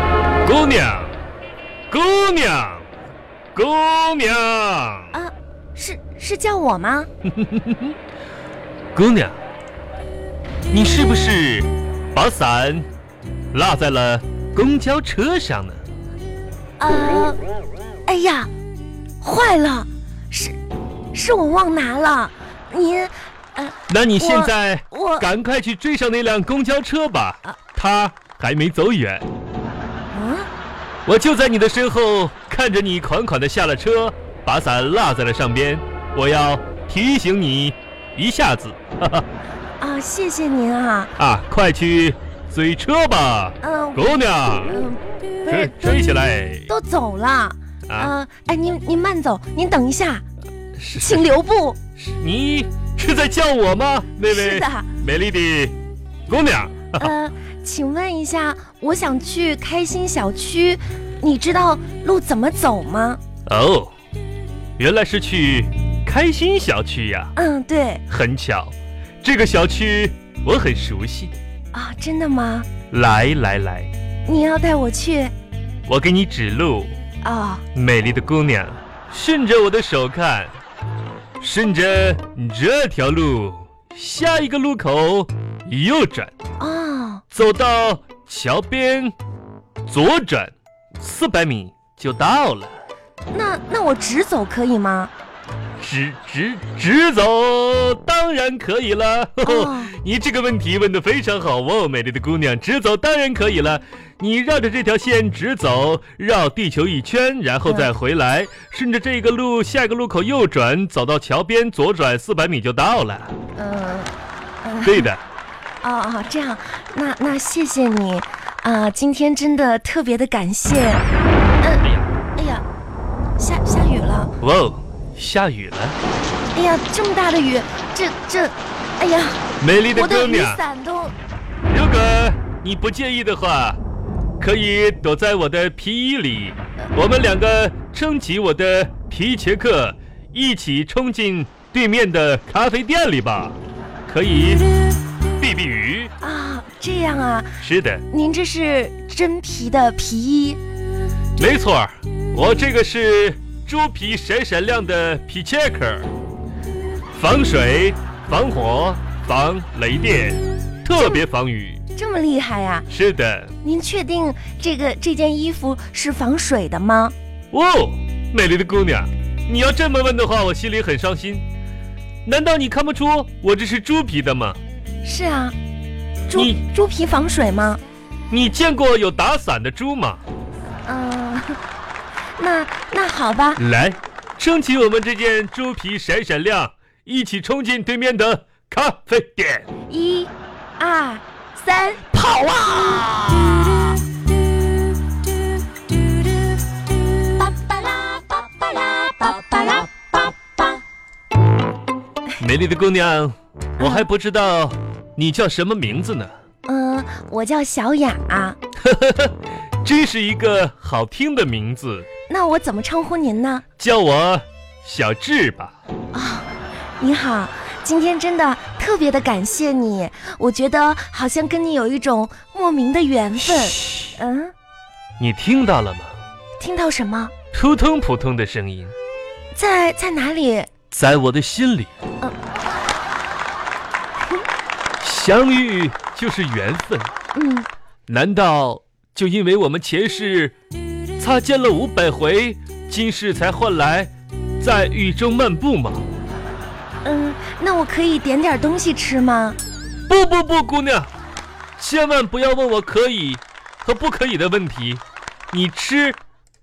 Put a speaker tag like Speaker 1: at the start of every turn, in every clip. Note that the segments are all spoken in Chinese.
Speaker 1: 娘，姑娘，姑娘，
Speaker 2: 啊，是是叫我吗？
Speaker 1: 姑娘，你是不是把伞落在了公交车上呢？
Speaker 2: 呃，哎呀，坏了，是是我忘拿了。您，呃，
Speaker 1: 那你现在
Speaker 2: 我
Speaker 1: 赶快去追上那辆公交车吧
Speaker 2: 啊，
Speaker 1: 它还没走远。
Speaker 2: 嗯，
Speaker 1: 我就在你的身后，看着你款款的下了车，把伞落在了上边。我要提醒你一下子，哈哈
Speaker 2: 啊，谢谢您啊。
Speaker 1: 啊，快去追车吧，
Speaker 2: 嗯、
Speaker 1: 姑娘，
Speaker 2: 嗯、不
Speaker 1: 追
Speaker 2: 是
Speaker 1: 追起来
Speaker 2: 都走了。
Speaker 1: 啊！
Speaker 2: 呃，哎，您您慢走，您等一下，
Speaker 1: 是
Speaker 2: 请 留步。
Speaker 1: 是你是在叫我吗，妹
Speaker 2: 嗯是
Speaker 1: 妹
Speaker 2: 的？，
Speaker 1: 美丽的姑娘，
Speaker 2: 呃，请问一下，我想去开心小区，你知道路怎么走吗？
Speaker 1: 哦，原来是去开心小区呀、
Speaker 2: 嗯，对
Speaker 1: 很巧，这个小区我很熟悉。
Speaker 2: 啊，真的吗？
Speaker 1: 来来来，
Speaker 2: 你要带我去？
Speaker 1: 我给你指路。
Speaker 2: 哦，
Speaker 1: 美丽的姑娘，顺着我的手看，顺着这条路，下一个路口右转，
Speaker 2: 哦，
Speaker 1: 走到桥边，左转，四百米就到了。
Speaker 2: 那那我直走可以吗？
Speaker 1: 直直直走，当然可以了。 呵呵
Speaker 2: 哦
Speaker 1: 你这个问题问得非常好哦，美丽的姑娘，直走当然可以了。你绕着这条线直走，绕地球一圈，然后再回来，顺着这个路，下一个路口右转，走到桥边，左转四百米就到了。
Speaker 2: 嗯、呃，
Speaker 1: 对的，
Speaker 2: 哦哦，这样，那那谢谢你，啊、今天真的特别的感谢。嗯、哎呀，下下雨了。
Speaker 1: 哇哦，下雨了，
Speaker 2: 哎呀，这么大的雨，这这，哎呀，
Speaker 1: 美丽的啊
Speaker 2: 我
Speaker 1: 姑
Speaker 2: 的雨
Speaker 1: 娘，
Speaker 2: 伞都，
Speaker 1: 如果你不介意的话，可以躲在我的皮衣里，我们两个撑起我的皮杰克，一起冲进对面的咖啡店里吧，可以避避雨。
Speaker 2: 啊，这样啊，
Speaker 1: 是的，
Speaker 2: 您这是真皮的皮衣，
Speaker 1: 没错儿，我这个是猪皮闪闪亮的皮杰克，防水、防火、防雷电，特别防雨。
Speaker 2: 这么厉害呀、
Speaker 1: 是的。
Speaker 2: 您确定这个这件衣服是防水的吗？
Speaker 1: 哦，美丽的姑娘，你要这么问的话，我心里很伤心。难道你看不出我这是猪皮的吗？
Speaker 2: 是啊，猪
Speaker 1: 你
Speaker 2: 猪皮防水吗？
Speaker 1: 你见过有打伞的猪吗？
Speaker 2: 嗯、 那那好吧，
Speaker 1: 来，撑起我们这件猪皮闪闪亮，一起冲进对面的咖啡店。
Speaker 2: 一、二、三，
Speaker 1: 跑啊！
Speaker 2: 巴巴拉巴巴拉巴巴拉巴巴。
Speaker 1: 美丽的姑娘，我还不知道你叫什么名字呢，
Speaker 2: 嗯、我叫小雅、
Speaker 1: 真是一个好听的名字，
Speaker 2: 那我怎么称呼您呢？
Speaker 1: 叫我小智吧。
Speaker 2: 你好，今天真的特别的感谢你，我觉得好像跟你有一种莫名的缘分。
Speaker 1: 嘘
Speaker 2: 嗯，
Speaker 1: 你听到了吗？
Speaker 2: 听到什么？
Speaker 1: 扑通扑通的声音，
Speaker 2: 在在哪里？
Speaker 1: 在我的心里
Speaker 2: 嗯。
Speaker 1: 相遇就是缘分，
Speaker 2: 嗯，
Speaker 1: 难道就因为我们前世擦肩了五百回，今世才换来在雨中漫步吗？
Speaker 2: 嗯，那我可以点点东西吃吗？
Speaker 1: 不不不，姑娘，千万不要问我可以和不可以的问题，你吃，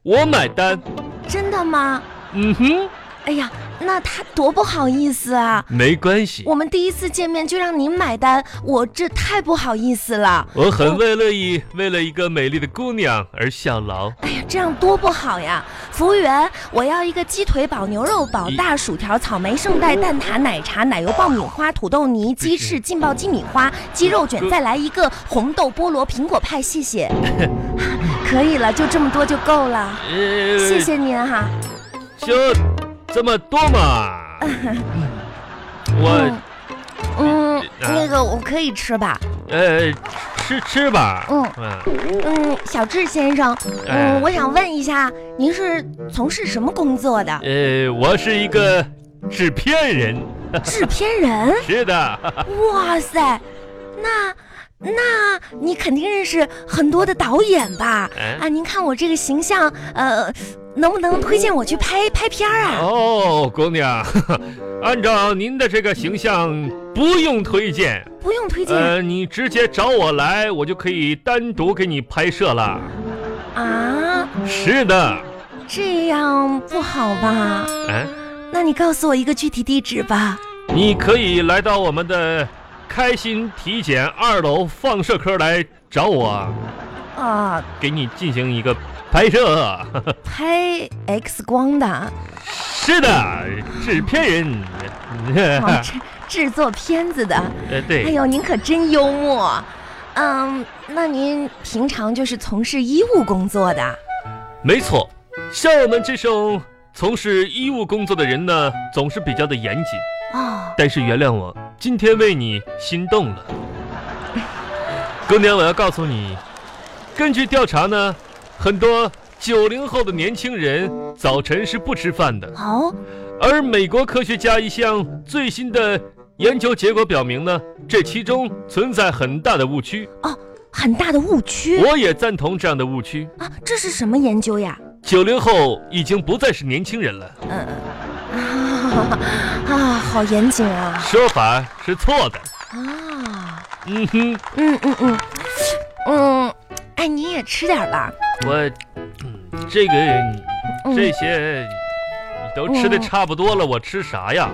Speaker 1: 我买单。
Speaker 2: 真的吗？
Speaker 1: 嗯哼，
Speaker 2: 哎呀，那他多不好意思啊！
Speaker 1: 没关系，
Speaker 2: 我们第一次见面就让您买单，我这太不好意思了。
Speaker 1: 我很为乐意为了一个美丽的姑娘而效劳。
Speaker 2: 哎呀，这样多不好呀！服务员，我要一个鸡腿堡、牛肉堡、
Speaker 1: 一
Speaker 2: 大薯条、草莓圣代、蛋挞、奶茶、奶油爆米花、土豆泥、鸡翅、劲爆鸡米花、鸡肉卷，再来一个红豆菠萝苹果派，谢谢。 可以了，就这么多就够了，
Speaker 1: 呃
Speaker 2: 谢谢您哈、
Speaker 1: 就 这么多嘛。嗯我
Speaker 2: 嗯，嗯，那个我可以吃吧？
Speaker 1: 呃，吃吃吧。
Speaker 2: 嗯
Speaker 1: 嗯，
Speaker 2: 嗯，小智先生，
Speaker 1: 哎？
Speaker 2: 嗯，我想问一下，您是从事什么工作的
Speaker 1: 呃，我是一个纸片人。
Speaker 2: 制片人？
Speaker 1: 是 的，
Speaker 2: 哇塞，那那你肯定认识很多的导演吧？
Speaker 1: 哎
Speaker 2: 啊，您看我这个形象，呃，能不能推荐我去拍拍片儿啊？
Speaker 1: 哦，姑娘， 按照您的这个形象，不用推荐，
Speaker 2: 不用推荐、
Speaker 1: 呃，你直接找我来，我就可以单独给你拍摄了。呃
Speaker 2: 啊，
Speaker 1: 是的，
Speaker 2: 这样不好吧？
Speaker 1: 哎，
Speaker 2: 那你告诉我一个具体地址吧。
Speaker 1: 你可以来到我们的开心体检二楼放射科来找我，
Speaker 2: 啊，
Speaker 1: 给你进行一个拍摄。
Speaker 2: 拍 X 光的，啊
Speaker 1: 是的，纸片人。
Speaker 2: 哦制制作片子的。
Speaker 1: 呃，
Speaker 2: 哎
Speaker 1: 对，
Speaker 2: 呦，您可真幽默。嗯，那您平常就是从事医务工作的？
Speaker 1: 没错，像我们这种从事医务工作的人呢，总是比较的严谨。
Speaker 2: 哦，
Speaker 1: 但是原谅我，今天为你心动了。姑娘，我要告诉你，根据调查呢，很多九零后的年轻人早晨是不吃饭的。
Speaker 2: 哦，
Speaker 1: 而美国科学家一项最新的研究结果表明呢，这其中存在很大的误区。
Speaker 2: 很大的误区
Speaker 1: 我也赞同这样的误区。
Speaker 2: 啊！这是什么研究呀？
Speaker 1: 九零后已经不再是年轻人了，
Speaker 2: 嗯、啊啊，好严谨啊
Speaker 1: 说法是错的。
Speaker 2: 啊！
Speaker 1: 嗯哼，
Speaker 2: 嗯嗯嗯嗯，哎，你也吃点吧。
Speaker 1: 我，嗯，这个这
Speaker 2: 嗯
Speaker 1: 些都吃的差不多了，我吃啥呀？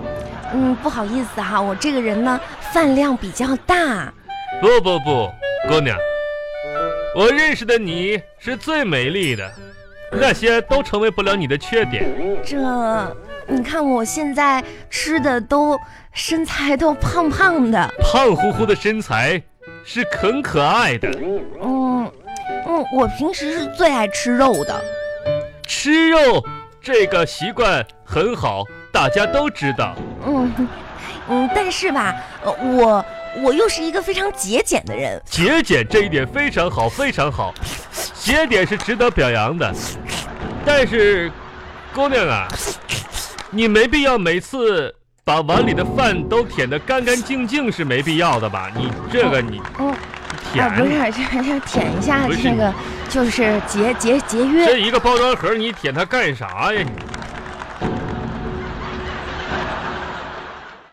Speaker 2: 嗯，不好意思哈、我这个人呢饭量比较大。
Speaker 1: 不不不，姑娘，我认识的你是最美丽的，那些都成为不了你的缺点。
Speaker 2: 这，你看我现在吃的都身材都胖胖的。
Speaker 1: 胖乎乎的身材是很可爱的。
Speaker 2: 嗯，嗯，我平时是最爱吃肉的。
Speaker 1: 吃肉这个习惯很好，大家都知道。
Speaker 2: 嗯，嗯，但是吧，呃我我又是一个非常节俭的人。
Speaker 1: 节俭这一点非常好，非常好，节俭是值得表扬的。但是，姑娘啊，你没必要每次把碗里的饭都舔得干干净净是没必要的吧？你这个你
Speaker 2: 嗯，啊，不
Speaker 1: 舔，
Speaker 2: 是，这这舔一下
Speaker 1: 不是
Speaker 2: 这个，就是节节节约。
Speaker 1: 这一个包装盒你舔它干啥呀？你